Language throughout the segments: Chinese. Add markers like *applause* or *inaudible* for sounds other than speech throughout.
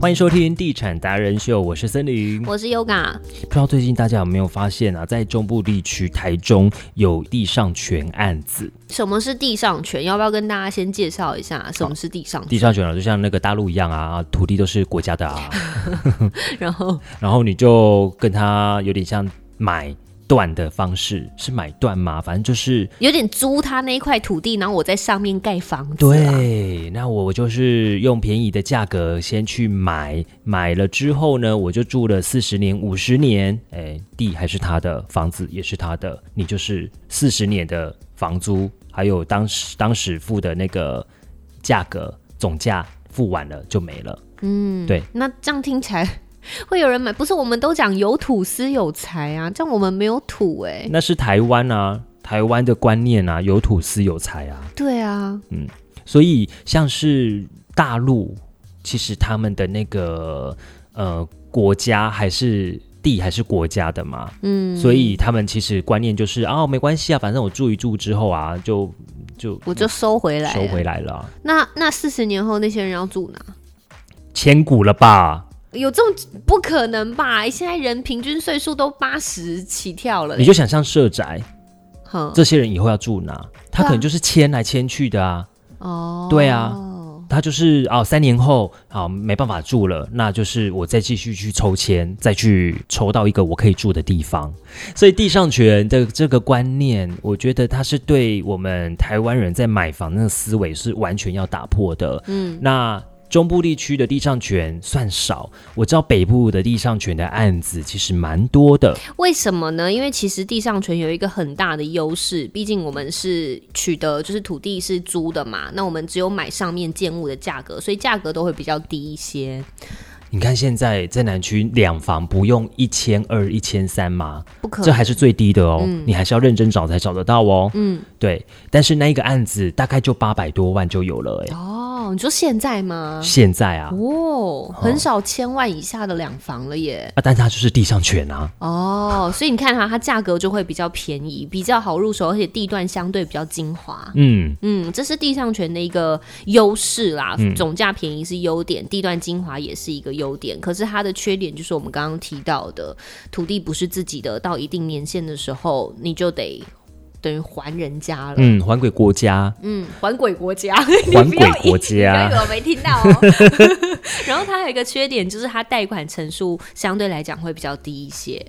欢迎收听《地产达人秀》，我是森林。我是 Yoga，不知道最近大家有没有发现啊，在中部地区，台中有地上权案子。什么是地上权？要不要跟大家先介绍一下什么是地上地权？上权啊，就像那个大陆一样啊，土地都是国家的啊，然后然后你就跟他有点像买断的方式，是买断吗？反正就是有点租他那一块土地，然后我在上面盖房子。，啊对，那我就是用便宜的价格先去买，买了之后呢，我就住了四十年、五十年，哎，地还是他的，房子也是他的，你就是四十年的房租，还有当时当时付的那个价格总价付完了就没了。嗯，对，那这样听起来会有人买？不是，我们都讲有土司有财啊，这样我们没有土哎、那是台湾啊，台湾的观念啊，有土司有财啊，对啊，所以像是大陆，其实他们的那个呃国家还是地还是国家的嘛，嗯，所以他们其实观念就是啊、没关系啊，反正我住一住之后啊，就就我就收回来了收回来了啊，那那四十年后那些人要住哪？千古了吧？有这种不可能吧？现在人平均岁数都八十起跳了、你就想象社宅，嗯哼这些人以后要住哪？他可能就是迁来迁去的啊，哦，对啊他就是哦，三年后好没办法住了，那就是我再继续去抽签，再去抽到一个我可以住的地方。所以地上权的这个观念，我觉得它是对我们台湾人在买房那个思维是完全要打破的。嗯，那。中部地区的地上权算少，我知道北部的地上权的案子其实蛮多的。为什么呢？因为其实地上权有一个很大的优势，毕竟我们是取得就是土地是租的嘛，那我们只有买上面建物的价格，所以价格都会比较低一些，你看现在在南区两房不用一千二、一千三吗？不可这还是最低的哦，你还是要认真找才找得到哦。嗯，对，但是那一个案子大概就八百多万就有了、哎、哦。你说现在吗？现在啊，哦，很少千万以下的两房了耶。啊，但它就是地上权啊，哦，所以你看哈，它价格就会比较便宜，比较好入手，而且地段相对比较精华。嗯，嗯，这是地上权的一个优势啦，总价便宜是优点，地段精华也是一个优点。可是它的缺点就是我们刚刚提到的，土地不是自己的，到一定年限的时候，你就得等于还人家了。嗯，还给国家，嗯，还鬼国家，还鬼国你不家，要以为我没听到哦。 *laughs* 然后它还有一个缺点就是它贷款成数相对来讲会比较低一些。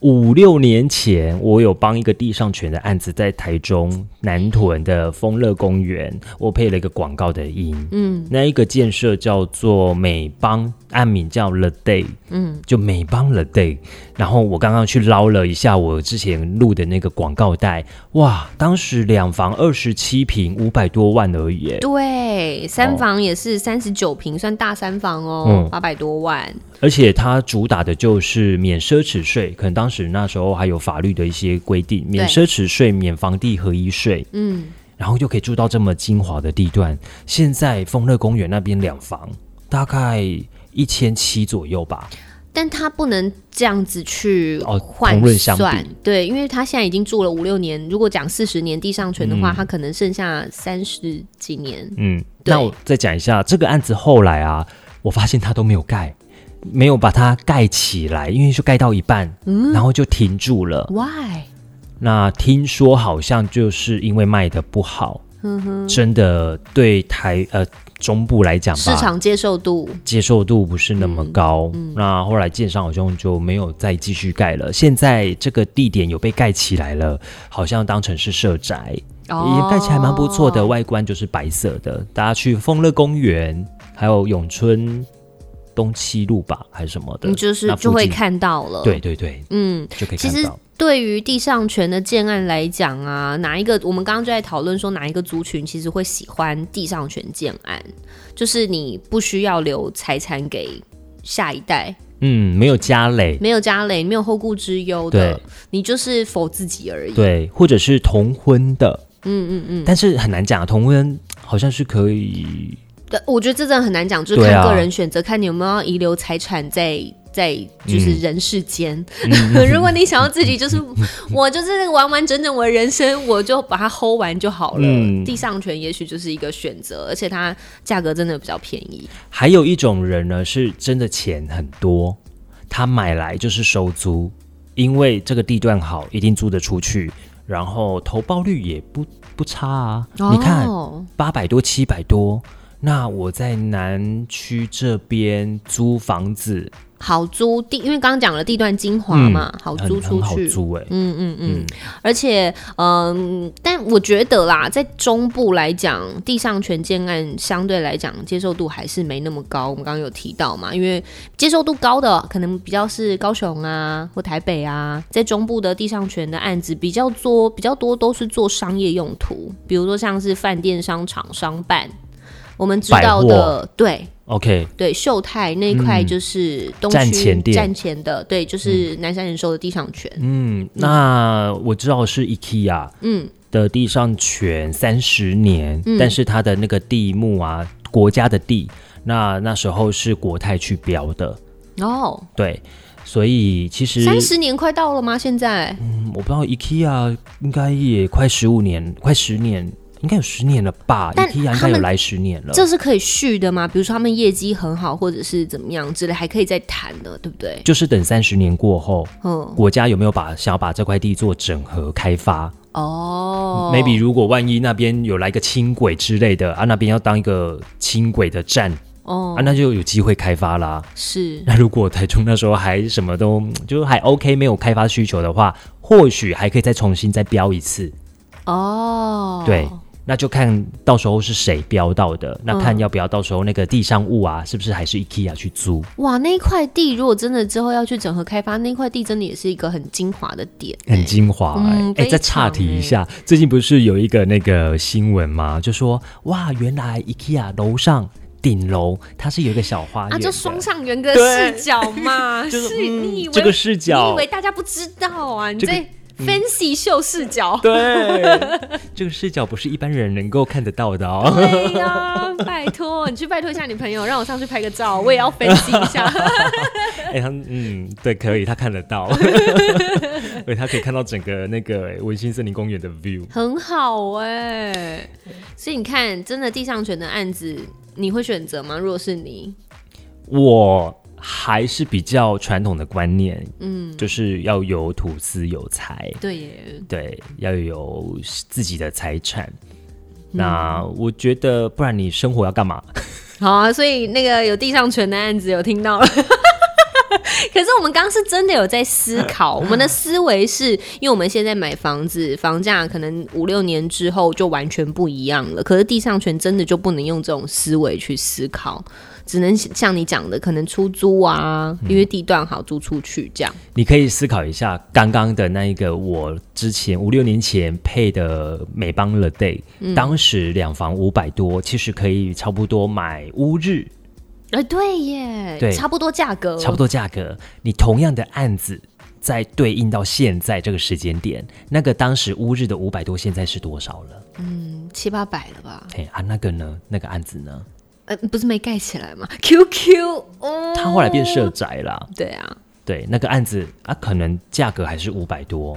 五六年前我有帮一个地上权的案子，在台中南屯的丰乐公园，我配了一个广告的音，嗯，那一个建设叫做美邦，案名叫 The Day，嗯，就美邦了 day，然后我刚刚去捞了一下我之前录的那个广告带，哇，当时两房二十七平，五百多万而已耶，对，三哦房也是三十九平，算大三房哦嗯，八百、多万。而且它主打的就是免奢侈税，可能当时那时候还有法律的一些规定，免奢侈税、免房地合一税，嗯。然后就可以住到这么精华的地段。现在丰乐公园那边两房大概一千七左右吧，但他不能这样子去哦换同论相比算，对，因为他现在已经住了五六年，如果讲四十年地上权的话，他可能剩下三十几年。嗯，对那我再讲一下这个案子后来啊，我发现他都没有盖，没有把它盖起来，因为就盖到一半，嗯然后就停住了。 Why？那听说好像就是因为卖的不好，嗯真的对台呃中部来讲吧，市场接受度接受度不是那么嗯高。那后来建商好像就没有再继续盖了。现在这个地点有被盖起来了，好像当成是社宅，哦也盖起来蛮不错的，。外观就是白色的。大家去丰乐公园，还有永春东七路吧，还是什么的，你嗯就是那附就会近。看到了。对，对对，嗯，就可以其看实到。对于地上权的建案来讲啊，哪一个我们刚刚就在讨论说哪一个族群其实会喜欢地上权建案，就是你不需要留财产给下一代，嗯，没有家累，没有家累，没有后顾之忧的对，你就是否自己而已。，对，或者是同婚的，嗯嗯嗯，但是很难讲，同婚好像是可以，我觉得这真的很难讲，就是对看啊个人选择，看你有没有要遗留财产在在嗯就是人世间。 *laughs* 如果你想要自 *laughs* 己就是我就是完完整整我的人生，我就把它 hold 完就好了。嗯地上权也许就是一个选择，而且它价格真的比较便宜。还有一种人呢，是真的钱很多，他买来就是收租，因为这个地段好，一定租得出去，然后投报率也不不差啊。你看哦八百多、七百多，那我在南区这边租房子好租地，因为刚刚讲了地段精华嘛，好租嗯很很出好去。租哎、嗯嗯嗯，而且嗯，但我觉得啦，在中部来讲，地上权建案相对来讲接受度还是没那么高。我们刚刚有提到嘛，因为接受度高的可能比较是高雄啊或台北啊，在中部的地上权的案子比较多，比较多都是做商业用途，比如说像是饭店、商场、商办。我们知道的，对 OK，对，秀泰那一块嗯就是东区站前店站前的，对，就是南山人寿的地上权。嗯，那我知道是 IKEA，嗯的地上权三十年，嗯但是它的那个地目啊，国家的地，那那时候是国泰去标的，哦，对，所以其实三十年快到了吗？现在嗯我不知道 IKEA 应该也快十五年，快十年，应该有十年了吧但？IKEA 应他该们有来十年了。这是可以续的吗？比如说他们业绩很好，或者是怎么样之类，还可以再谈的，对不对？就是等三十年过后，嗯，国家有没有把想要把这块地做整合开发、哦 m a y b e 如果万一那边有来个轻轨之类的啊，那边要当一个轻轨的站、哦啊，，那就有机会开发啦。嗯是那如果台中那时候还什么都就是还 OK 没有开发需求的话，或许还可以再重新再标一次，哦，对，那就看到时候是谁标到的，那看要不要到时候那个地上物啊，是不是还是 IKEA 去租？哇，那一块地如果真的之后要去整合开发，那一块地真的也是一个很精华的点，很精华哎、嗯哎、非再岔常题一哎下，最近不是有一个那个新闻吗？就说哇，原来 IKEA 楼上顶楼它是有一个小花园啊，的、就双上圆的对视角嘛，哎 *laughs* 就是是你以为这个视角，你以为大家不知道啊？你这个嗯在 fancy 秀视角，对，这个视角不是一般人能够看得到的哦。对哎呀、拜托你去拜托一下你朋友，让我上去拍个照，我也要分析一下。哎、他嗯，对，可以，他看得到，对，他可以看到整个那个文心森林公园的 view。很好哎、所以你看，真的地上权的案子，你会选择吗？如果是你，我还是比较传统的观念，嗯，就是要有土司有财，对耶，对，要有自己的财产。那我觉得，不然你生活要干嘛？好啊。所以那个有地上权的案子有听到了。 *laughs* 可是我们刚刚是真的有在思考，我们的思维是因为我们现在买房子，房价可能五六年之后就完全不一样了。可是地上权真的就不能用这种思维去思考，只能像你讲的，可能出租啊，因为地段好租出去这样。你可以思考一下刚刚的那一个，我之前五六年前配的美邦 The Day，、当时两房五百多，其实可以差不多买乌日。哎，对耶，对差不多价格，差不多。多价格，你同样的案子在对应到现在这个时间点，那个当时乌日的五百多，现在是多少了？七八百了吧？哎啊，那个呢？那个案子呢？呃，不是没盖起来吗？QQ，哦，他后来变社宅啦，对啊，对，那个案子啊，可能价格还是五百多，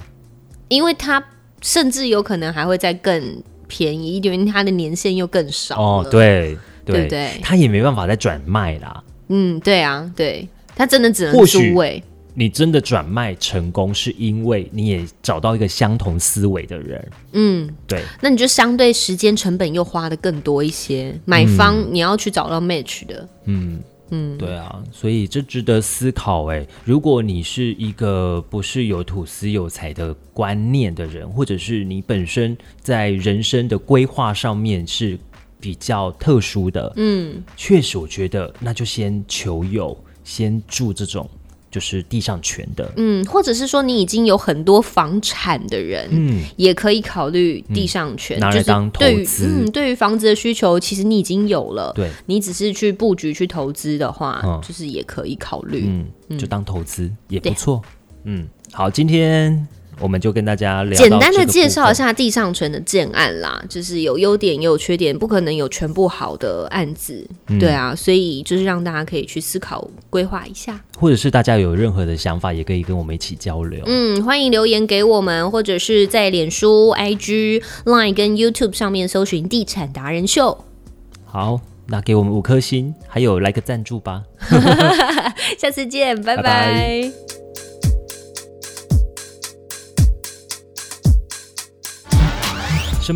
因为它甚至有可能还会再更便宜一点，因为它的年限又更少哦，了，对对不对他也没办法再转卖啦。嗯，对啊，对，它真的只能或租许位，你真的转卖成功，是因为你也找到一个相同思维的人，嗯，对，那你就相对时间成本又花的更多一些，买方你要去找到 match 的，嗯，嗯，对啊，所以这值得思考哎。如果你是一个不是有土司有财的观念的人，或者是你本身在人生的规划上面是比较特殊的，嗯，确实我觉得那就先求有，先住这种就是地上权的，嗯，或者是说你已经有很多房产的人，嗯，也可以考虑地上嗯权，拿来就是当投对于资嗯，对于房子的需求，其实你已经有了，对，你只是去布局去投资的话，嗯就是也可以考虑。嗯，就当投资也不嗯对错，嗯，好，今天我们就跟大家聊到简单这的个介部绍分一下地上权的建案啦，就是有优点也有缺点，不可能有全部好的案子，嗯对啊，所以就是让大家可以去思考规划一下。或者是大家有任何的想法，也可以跟我们一起交流。嗯，欢迎留言给我们，或者是在脸书、IG、Line 跟 YouTube 上面搜寻“地产达人秀好，那给我们五颗星，还有来个赞助吧。”。下次见，拜拜拜拜 *laughs* 什